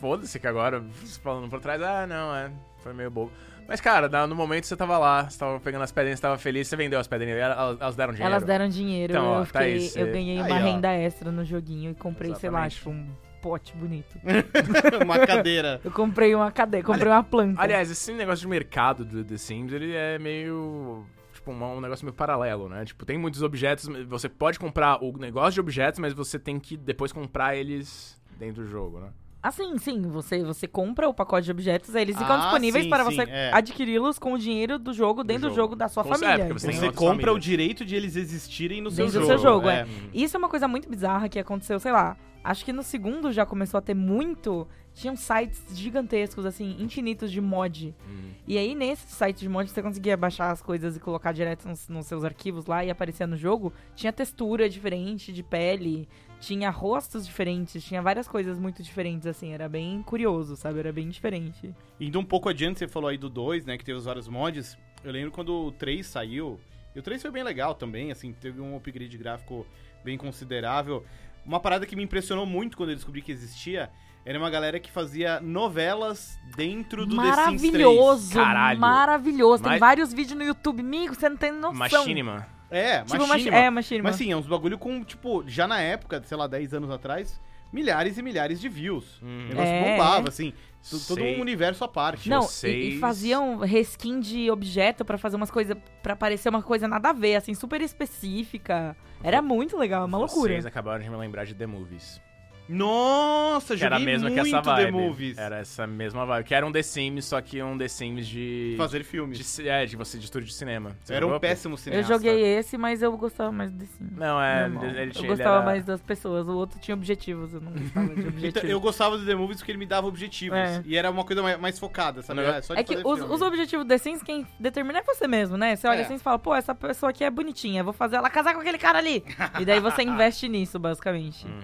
foda-se que agora, falando por trás, ah, não, é, foi meio bobo. Mas, cara, na- no momento você tava lá, você tava pegando as pedrinhas, você tava feliz, você vendeu as pedrinhas, elas, elas deram dinheiro.
Elas deram dinheiro.
Então, ó,
eu,
tá
fiquei-
aí, cê-
eu ganhei
Aí,
uma
ó.
renda extra no joguinho e comprei,
Exatamente.
sei lá, tipo, um pote bonito.
uma cadeira.
Eu comprei uma cadeia, comprei uma planta.
Aliás, esse negócio de mercado do The Sims, ele é meio. Tipo, um, um negócio meio paralelo, né? Tipo, tem muitos objetos, você pode comprar o negócio de objetos, mas você tem que depois comprar eles dentro do jogo, né?
Assim, sim, você, você compra o pacote de objetos, aí eles ficam
Ah,
disponíveis
sim,
para
sim,
você
é.
adquiri-los com o dinheiro do jogo, dentro do jogo,
jogo.
da sua
Com- é,
família.
porque você
Você
tem
entendeu?
outras
compra o
famílias.
direito de eles existirem no seu
Dentro
jogo.
do seu jogo, é. Isso é uma coisa muito bizarra que aconteceu, sei lá. Acho que no segundo já começou a ter muito. Tinham sites gigantescos, assim, infinitos de mod.
Hum.
E aí, nesse site de mod, você conseguia baixar as coisas e colocar direto nos, nos seus arquivos lá e aparecia no jogo. Tinha textura diferente de pele, tinha rostos diferentes, tinha várias coisas muito diferentes, assim. Era bem curioso, sabe? Era bem diferente.
Indo um pouco adiante, você falou aí do 2, né? Que teve os vários mods. Eu lembro quando o 3 saiu. E o 3 foi bem legal também, assim, teve um upgrade gráfico bem considerável. Uma parada que me impressionou muito quando eu descobri que existia Era uma galera que fazia novelas dentro do The Sims 3.
maravilhoso,
Caralho.
maravilhoso. Tem
Mas-
vários vídeos no YouTube, amigo, você não tem noção.
Machinima.
É,
Tipo, machi-
Machinima.
É, Machinima.
Mas sim, é uns bagulho com, tipo, já na época, sei lá, 10 anos atrás, milhares e milhares de views. O
Hum,
negócio
É.
bombava, assim. t- Todo
Sei.
um universo à parte.
Não, e- e,
Vocês-
faziam reskin de objeto pra fazer umas coisas, pra parecer uma coisa nada a ver, assim, super específica. Era muito legal, é uma loucura.
Vocês é acabaram de me lembrar de The Movies.
Nossa,
Que
joguei
era a mesma
muito
que essa
The
vibe.
Movies.
Era essa mesma vibe. Que era um The Sims, só que um The Sims de.
Fazer filmes.
de ci- é, de você de estúdio de cinema. Você
Era um
jogou?
péssimo
Eu
cineasta.
joguei esse, mas eu gostava mais desse.
Não, é.
normal.
Ele, ele
eu
tinha- ele
gostava
era-
mais das pessoas, o outro tinha objetivos, eu não gostava de
Então,
objetivos.
eu gostava do The Movies porque ele me dava objetivos.
É.
E era uma coisa mais, mais focada, sabe?
Não, eu-
Ah, só de
É que
fazer
os,
filme.
os objetivos do The Sims, quem determina é você mesmo, né? Você olha
É.
assim e fala, pô, essa pessoa aqui é bonitinha, vou fazer ela casar com aquele cara ali. E daí você investe nisso, basicamente.
Uhum.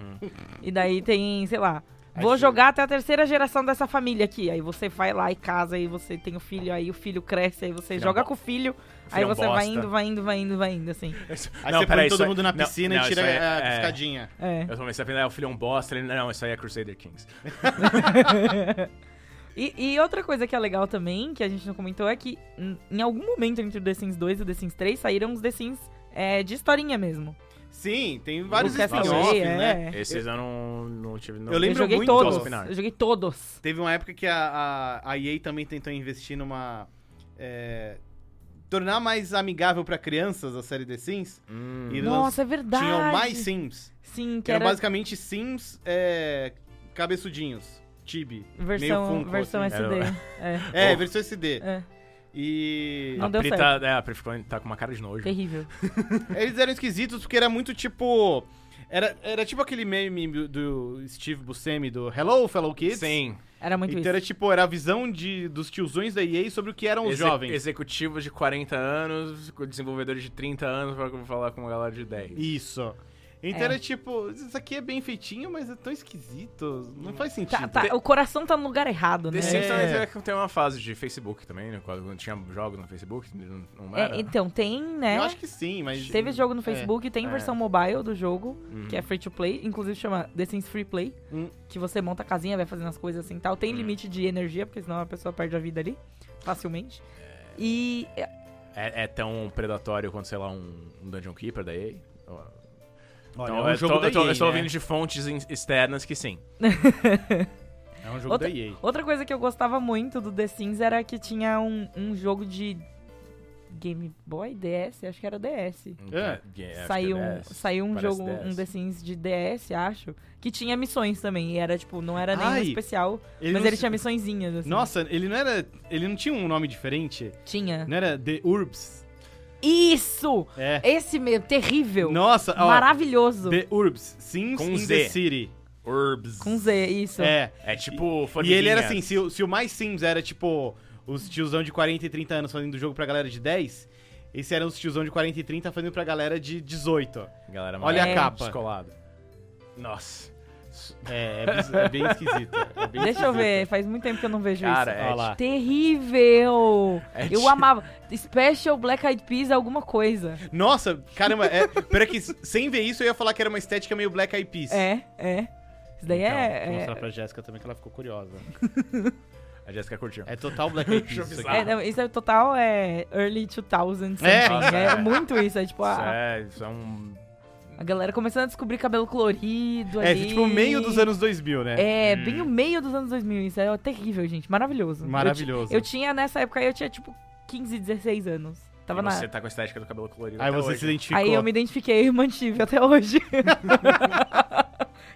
E daí tem, sei lá,
Aí
vou
chega.
jogar até a terceira geração dessa família aqui. Aí você vai lá e casa, aí você tem o filho, aí o filho cresce, aí você
Filho é um
joga
bo-
com o filho,
filho
aí
é um
você vai
bosta.
indo, vai indo, vai indo, vai indo, assim.
Aí
Não,
você põe
peraí,
todo
isso aí-
mundo na
não,
piscina
não,
e
isso
tira
aí
a
é-
piscadinha.
É.
Eu comecei a pensar, ah, o filho é um bosta. Ele, não, isso aí é Crusader Kings.
E, e outra coisa que é legal também, que a gente não comentou, é que em- em algum momento entre o The Sims 2 e o The Sims 3 saíram os The Sims é, de historinha mesmo.
Sim, tem vários
o Castaway,
spin-offs,
é.
né?
Esses eu, não, não tive. Não,
Eu
Eu
lembro
joguei
muito
todos.
do
Opinar.
Eu joguei todos.
Teve uma época que a, a, a EA também tentou investir numa. é, tornar mais amigável pra crianças a série The Sims.
Hum.
E lanç-
Nossa, é verdade.
Tinham mais Sims.
Sim, que
Que eram
era
basicamente Sims é, cabeçudinhos. Tibi.
versão,
meio Funko,
versão
assim.
SD.
É,
Oh.
versão SD.
É, é,
E.
Não
a
deu
Pri
certo.
Tá, é, a Pri ficou, tá com uma cara de nojo.
terrível.
Eles eram esquisitos porque era muito tipo. Era, era tipo aquele meme do Steve Buscemi do Hello, Fellow Kids.
Sim.
Era muito
Então
isso.
era tipo, era a visão de, dos tiozões da EA sobre o que eram os
Exe-
jovens.
Executivos de 40 anos, com desenvolvedores de 30 anos, pra falar com uma galera de 10.
Isso. Então
É.
era tipo, isso aqui é bem feitinho, mas é tão esquisito. Não faz sentido.
Tá- tá- o coração tá no lugar errado, né?
The
Sim.
Sims
É.
também tem- tem uma fase de Facebook também, né? Quando tinha jogos no Facebook, não, não
É,
era.
então, tem, né?
Eu acho que sim, mas.
Teve jogo no Facebook, tem
é.
versão mobile do jogo,
Uhum.
que é free to play, inclusive chama The Sims Free Play,
Hum.
que você monta a casinha, vai fazendo as coisas assim e tal. Tem limite de energia, porque senão a pessoa perde a vida ali, facilmente. E
É, é tão predatório quanto, sei lá, um, um Dungeon Keeper da EA?
Olha,
Então,
é um
eu
jogo
tô,
da
eu tô-
EA,
eu tô
né?
ouvindo de fontes in- externas que sim.
É um jogo
Outra-
da EA.
Outra coisa que eu gostava muito do The Sims era que tinha um, um jogo de Game Boy DS, acho que era DS.
É.
Yeah,
saiu,
acho que é
um,
DS.
saiu um
Parece
jogo,
DS.
um The Sims de DS, acho, que tinha missões também. E era tipo, não era nenhum
Ai,
especial,
Ele
mas
não
ele
se-
tinha missõezinhas, assim.
Nossa, ele não era. Ele não tinha um nome diferente.
Tinha.
Não era The Urbs.
Isso!
É.
Esse mesmo, terrível!
Nossa, ó.
maravilhoso!
The Urbs. Sims
Com
in
Z.
the City.
Herbs.
Com Z, isso.
É.
É tipo
E
formiguinha.
ele era assim, se, o- se o mais Sims era tipo os tiozão de 40 e 30 anos fazendo jogo pra galera de 10, esse era os tiozão de 40 e 30 fazendo pra galera de 18.
Galera,
Olha
mais
a
capa.
Descolado. Nossa. S-
É, é, bis- é bem esquisito. é bem
Deixa eu
esquisito.
ver, faz muito tempo que eu não vejo
Cara,
isso.
Olha lá.
Terrível!
É
eu
tipo-
amava. Special Black Eyed Peas alguma coisa.
Nossa, caramba, é, pera que s- sem ver isso eu ia falar que era uma estética meio Black Eyed Peas. Então,
É, é. Isso daí é-
Vou
é,
mostrar pra Jéssica também que ela ficou curiosa.
A Jéssica curtiu.
É total Black Eyed
Deixa eu
Peas isso
avisar.
aqui.
É, não, isso é total é early 2000 something.
É.
É, muito isso, é tipo
Isso
a,
é, isso é um...
a galera começando a descobrir cabelo colorido
É,
ali.
tipo meio dos anos 2000, né?
É, bem o meio dos anos 2000, isso é terrível, gente, maravilhoso. Eu,
Hum, Maravilhoso.
ti- eu tinha nessa época eu tinha tipo 15, 16 anos. Tava
e
na
Você tá com a estética do cabelo colorido
Aí
até
você
hoje.
se identificou.
Aí eu me identifiquei e mantive até hoje.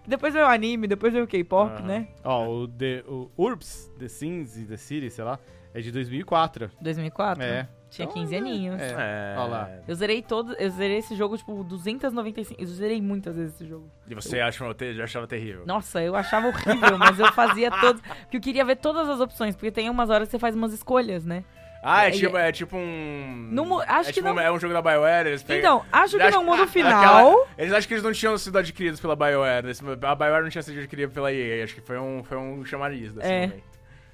depois veio o anime, depois veio o K-pop,
Aham.
né?
Ó, o, The, o Urbs, The Sims e The City, sei lá, é de 2004.
2004.
É.
Tinha
Então,
15 aninhos.
É.
É...
Olha lá.
Eu zerei todo, eu zerei esse jogo tipo 295, eu zerei muitas vezes esse jogo.
E você achava, te- achava terrível.
Nossa, eu achava horrível, mas eu fazia todos. Porque eu queria ver todas as opções, porque tem umas horas que você faz umas escolhas, né?
Ah, é,
É,
tipo, é tipo um...
Não mu- acho
é
que
tipo um-
não-
É um jogo da BioWare, eles pegam...
Então, acho que
Acho-
não muda o final.
Aquela- eles acham que eles não tinham sido adquiridos pela BioWare. esse- A BioWare não tinha sido adquirida pela EA. Acho que foi um, foi um chamariz desse
É.
momento.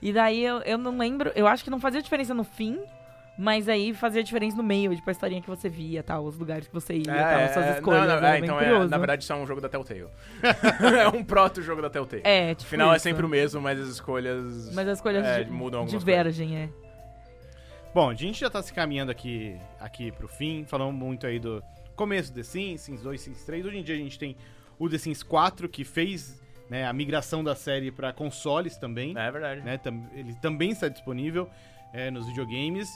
E daí eu, eu não lembro, eu acho que não fazia diferença no fim, Mas aí fazia diferença no meio, tipo, a historinha que você via, tal, os lugares que você ia,
É,
tal, as suas
é,
escolhas.
não, não,
era
é,
bem
então, é,
curioso.
na verdade, isso é um jogo da Telltale. é um proto-jogo da Telltale.
É,
O
tipo
final é
isso.
sempre o mesmo, mas as escolhas.
Mas as escolhas
é,
di-
mudam algumas
divergem, é.
Bom, a gente já tá se caminhando aqui, aqui pro fim. Falamos muito aí do começo do The Sims, Sims 2, Sims 3. Hoje em dia a gente tem o The Sims 4, que fez né, a migração da série pra consoles também.
coisas. É verdade.
né, tam- ele também está disponível é, nos videogames.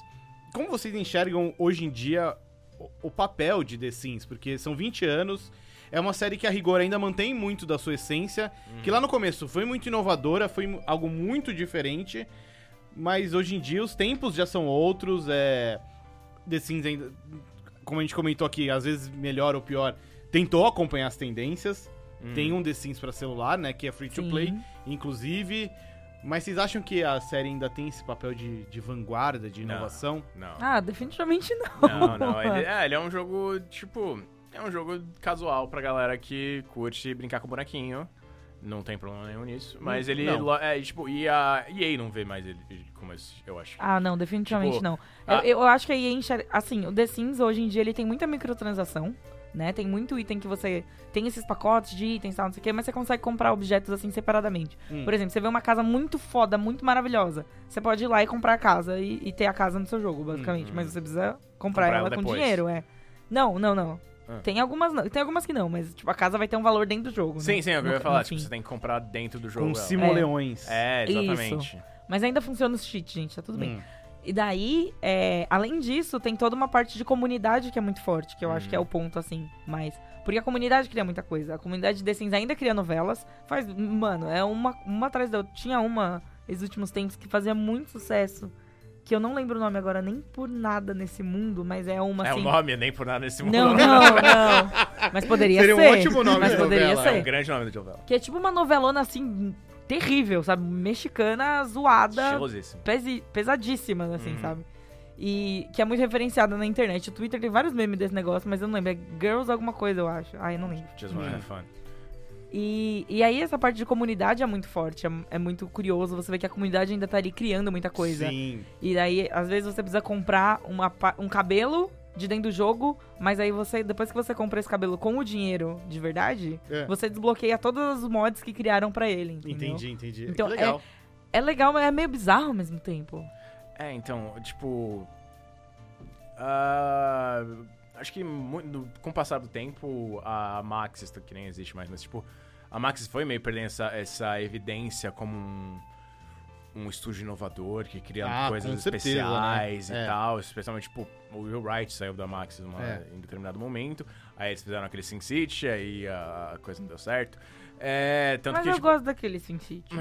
Como vocês enxergam hoje em dia o, o papel de The Sims? Porque são 20 anos, é uma série que a rigor ainda mantém muito da sua essência, que lá no começo foi muito inovadora, foi mu- algo muito diferente, mas hoje em dia os tempos já são outros, é... The Sims ainda, como a gente comentou aqui, às vezes melhor ou pior, tentou acompanhar as tendências.
Hum.
Tem um The Sims para celular, né, que é free to play,
Sim.
inclusive. Mas vocês acham que a série ainda tem esse papel de, de vanguarda, de
Não.
inovação?
Não.
Ah, definitivamente não.
Não, não. Ele, é, ele é um jogo, tipo. É um jogo casual pra galera que curte brincar com bonequinho. Não tem problema nenhum nisso. Mas ele.
não.
lo- É, tipo, e a EA não vê mais ele ele como esse, eu acho.
Ah, não, definitivamente
Tipo,
não.
ah-
Eu, eu acho que aí enxerga. Assim, o The Sims hoje em dia ele tem muita microtransação, né? Tem muito item que você. Tem esses pacotes de itens e tal, não sei o quê, mas você consegue comprar objetos assim separadamente.
Hum.
Por exemplo, você vê uma casa muito foda, muito maravilhosa. Você pode ir lá e comprar a casa e, e ter a casa no seu jogo, basicamente.
Uhum.
Mas você precisa comprar,
Comprar ela
ela com
depois.
dinheiro, é. Não, não, não.
Ah.
Tem algumas não, tem algumas que não, mas tipo, a casa vai ter um valor dentro do jogo.
Sim,
né?
sim, é o que eu
No-
ia falar.
no
Tipo,
fim.
você tem que comprar dentro do jogo.
Com
ela.
simoleões.
É,
Isso.
exatamente.
Mas ainda funciona os cheats, gente, tá tudo bem.
Hum.
E daí, é, além disso, tem toda uma parte de comunidade que é muito forte, que eu
Uhum.
acho que é o ponto, assim, mais. Porque a comunidade cria muita coisa. A comunidade de The Sims ainda cria novelas. Faz. Mano, é uma, uma atrás da outra. Tinha uma esses últimos tempos que fazia muito sucesso. Que eu não lembro o nome agora, nem por nada nesse mundo, mas é uma
É
assim.
o nome, nem por nada nesse mundo. É
Não, não, não. Mas poderia
Seria um
ser.
ótimo nome
Mas
de
poderia
novela,
É um
ser.
grande nome do novela.
Que é tipo uma novelona assim, terrível, sabe? Mexicana, zoada,
Estilosíssimo.
pesi- pesadíssimas, assim,
Uhum.
sabe? E que é muito referenciada na internet. O Twitter tem vários memes desse negócio, mas eu não lembro. É Girls alguma coisa, eu acho. Ai, não lembro.
Just wanna have fun.
E, e aí essa parte de comunidade é muito forte. É, é muito curioso. Você vê que a comunidade ainda tá ali criando muita coisa.
Sim.
E daí, às vezes, você precisa comprar uma pa- um cabelo de dentro do jogo, mas aí você, depois que você compra esse cabelo com o dinheiro de verdade,
É.
você desbloqueia todos os mods que criaram pra ele. entendeu?
Entendi, entendi.
Então,
que legal.
É legal, mas é meio bizarro ao mesmo tempo.
É, então, tipo. ah, acho que mu- no- com o passar do tempo, a Maxis, que nem existe mais, mas tipo, a Maxis foi meio perdendo essa, essa evidência como um, um estúdio inovador que cria
Ah,
coisas
com certeza,
especiais
né?
e
É.
tal. Especialmente, tipo, o Will Wright saiu da Maxis uma-
É.
em determinado momento. Aí eles fizeram aquele Sin City, aí a a coisa não deu certo. É, tanto
mas
que, Ah.
eu
tipo,
gosto daquele SimCity.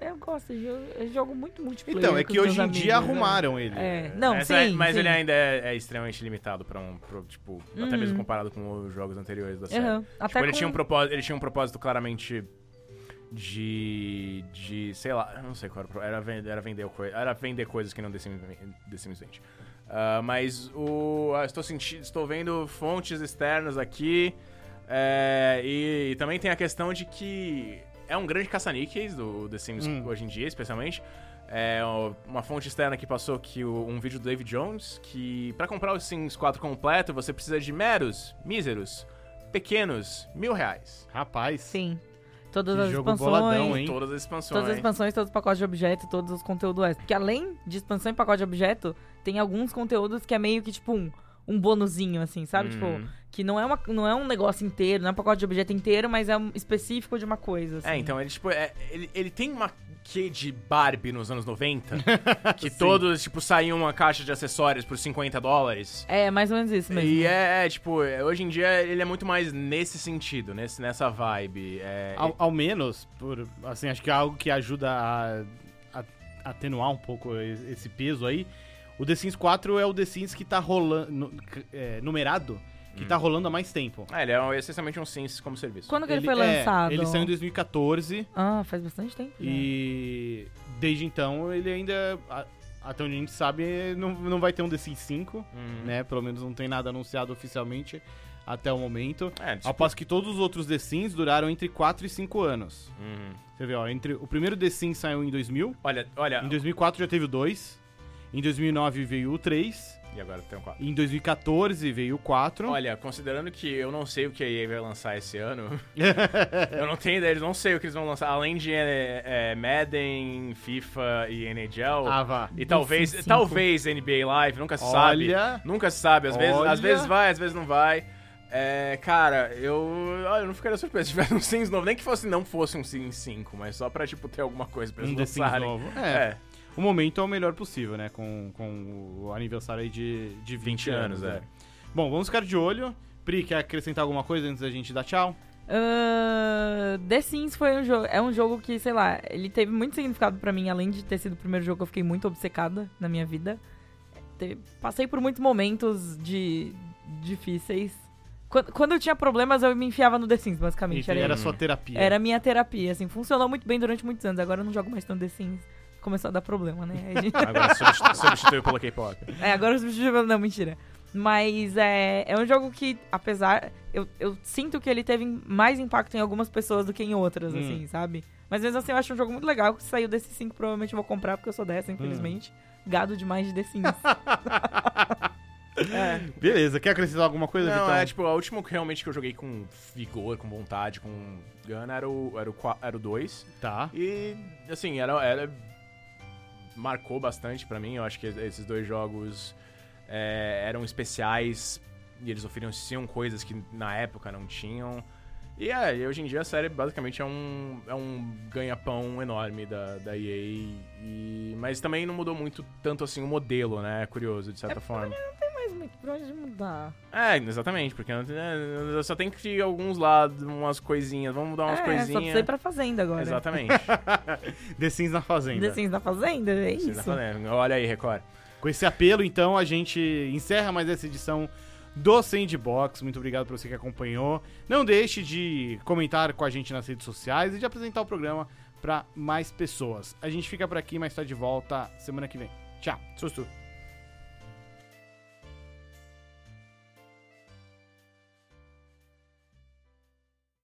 eu gosto, eu, eu jogo muito multiplayer.
Então, é
com
que
os
hoje em
meus
dia
amigos, né?
arrumaram ele.
É, não,
mas
sim,
é- mas
sim.
ele ainda é, é extremamente limitado pra um, pro, tipo, até
Uhum.
mesmo comparado com os jogos anteriores da série.
Aham,
Tipo,
Até
ele,
com-
tinha um propósito, ele tinha um propósito claramente de, de, sei lá, eu não sei qual era, o pro- era vender, era vender, coi- era vender coisas que não The Sims, The Sims vende. Ah, mas o, ah, estou sentindo, estou vendo fontes externas aqui é, e, e também tem a questão de que é um grande caça-níqueis do The Sims
Hum.
hoje em dia, especialmente. É ó, uma fonte externa que passou que o- um vídeo do David Jones que pra comprar o Sims 4 completo você precisa de meros, míseros, pequenos, mil reais.
Rapaz.
Sim. Todas
Que
as
jogo
expansões.
boladão, hein?
Todas as expansões.
Todas as expansões, todos os pacotes de objeto, todos os conteúdos extra. Porque além de expansão e pacote de objeto, tem alguns conteúdos que é meio que tipo um, um bonuzinho, assim, sabe?
Uhum.
Tipo, que não é, uma, não é um negócio inteiro, não é um pacote de objeto inteiro, mas é um específico de uma coisa. Assim.
É, então ele tipo é- ele, ele tem uma quê de Barbie nos anos 90 que
Sim.
todos tipo saíam uma caixa de acessórios por 50 dólares.
É, mais ou menos isso mesmo.
E
né?
é, é, tipo, é, hoje em dia ele é muito mais nesse sentido, nesse, nessa vibe. É,
Ao, ao menos, por, assim, acho que é algo que ajuda a, a- atenuar um pouco e- esse peso aí. O The Sims 4 é o The Sims que tá rolando, nu- c- é, numerado, que
Hum.
tá rolando há mais tempo.
Ah, ele é essencialmente um Sims como serviço.
Quando que ele, foi
é,
lançado?
ele saiu em 2014.
Ah, faz bastante tempo. né?
E desde então ele ainda, a- até onde a gente sabe, não, não vai ter um The Sims 5,
Uhum.
né? Pelo menos não tem nada anunciado oficialmente até o momento.
É, tipo,
Ao passo que todos os outros The Sims duraram entre 4 e 5 anos.
uhum.
Você vê, ó, entre, o primeiro The Sims saiu em 2000,
Olha, olha,
em 2004 já teve o 2, Em 2009 veio o 3.
E agora tem um 4.
Em 2014 veio o 4.
Olha, considerando que eu não sei o que a EA vai lançar esse ano, eu não tenho ideia, eles não sei o que eles vão lançar, além de é, é, Madden, FIFA e NHL.
Ah, vá.
E talvez,
Sim, sim,
talvez NBA Live, nunca se sabe.
Olha.
Nunca se sabe, às vezes,
Olha.
às vezes vai, às vezes não vai. É, cara, eu, olha, eu não ficaria surpreso se tivesse um Sims novo, nem que fosse não fosse um Sims 5, mas só pra tipo ter alguma coisa pra
Um
eles
The Sims
lançarem.
novo. É.
É,
O momento é o melhor possível, né? Com, com o aniversário aí de, de 20,
20 anos, é.
Bom, vamos ficar de olho. Pri, quer acrescentar alguma coisa antes da gente dar tchau?
Ah, The Sims foi um jogo, é um jogo que, sei lá, ele teve muito significado pra mim, além de ter sido o primeiro jogo que eu fiquei muito obcecada na minha vida. Te- passei por muitos momentos de difíceis. Quando, quando eu tinha problemas, eu me enfiava no The Sims, basicamente.
Era,
isso.
sua terapia.
Era minha terapia, assim. Funcionou muito bem durante muitos anos. Agora eu não jogo mais tanto The Sims. Começou a dar problema, né? Aí a gente-
agora substitu- substituiu pelo K-pop.
é, agora eu substituí- Não, mentira. Mas é, é um jogo que, apesar. Eu, eu sinto que ele teve mais impacto em algumas pessoas do que em outras,
Hum.
assim, sabe? Mas mesmo assim, eu acho um jogo muito legal. Que saiu desse 5, provavelmente eu vou comprar, porque eu sou dessa, infelizmente. Gado demais de The Sims.
Beleza, quer acrescentar alguma coisa,
É. Não,
Vitão?
é tipo, a última que realmente que eu joguei com vigor, com vontade, com gana era o 2. Era o, qua- era o dois.
Tá.
e, assim, era, era. Marcou bastante pra mim. Eu acho que esses dois jogos é, eram especiais e eles ofereciam coisas que na época não tinham. E é, e hoje em dia a série basicamente é um, é um ganha-pão enorme da, da EA. E, mas também não mudou muito tanto assim o modelo, né? É curioso, de certa forma.
Mas muito pra onde mudar.
É, exatamente, porque né, só tem que ter alguns lados, umas coisinhas, vamos mudar
é,
umas
só precisa ir
coisinhas.
pra fazenda agora.
Exatamente.
The Sims na Fazenda.
The Sims da fazenda, é
Você
isso.
tá falando. Olha aí, Record.
Com esse apelo, então, a gente encerra mais essa edição do Sandbox. Muito obrigado pra você que acompanhou. Não deixe de comentar com a gente nas redes sociais e de apresentar o programa pra mais pessoas. A gente fica por aqui, mas tá de volta semana que vem. Tchau.
Susto.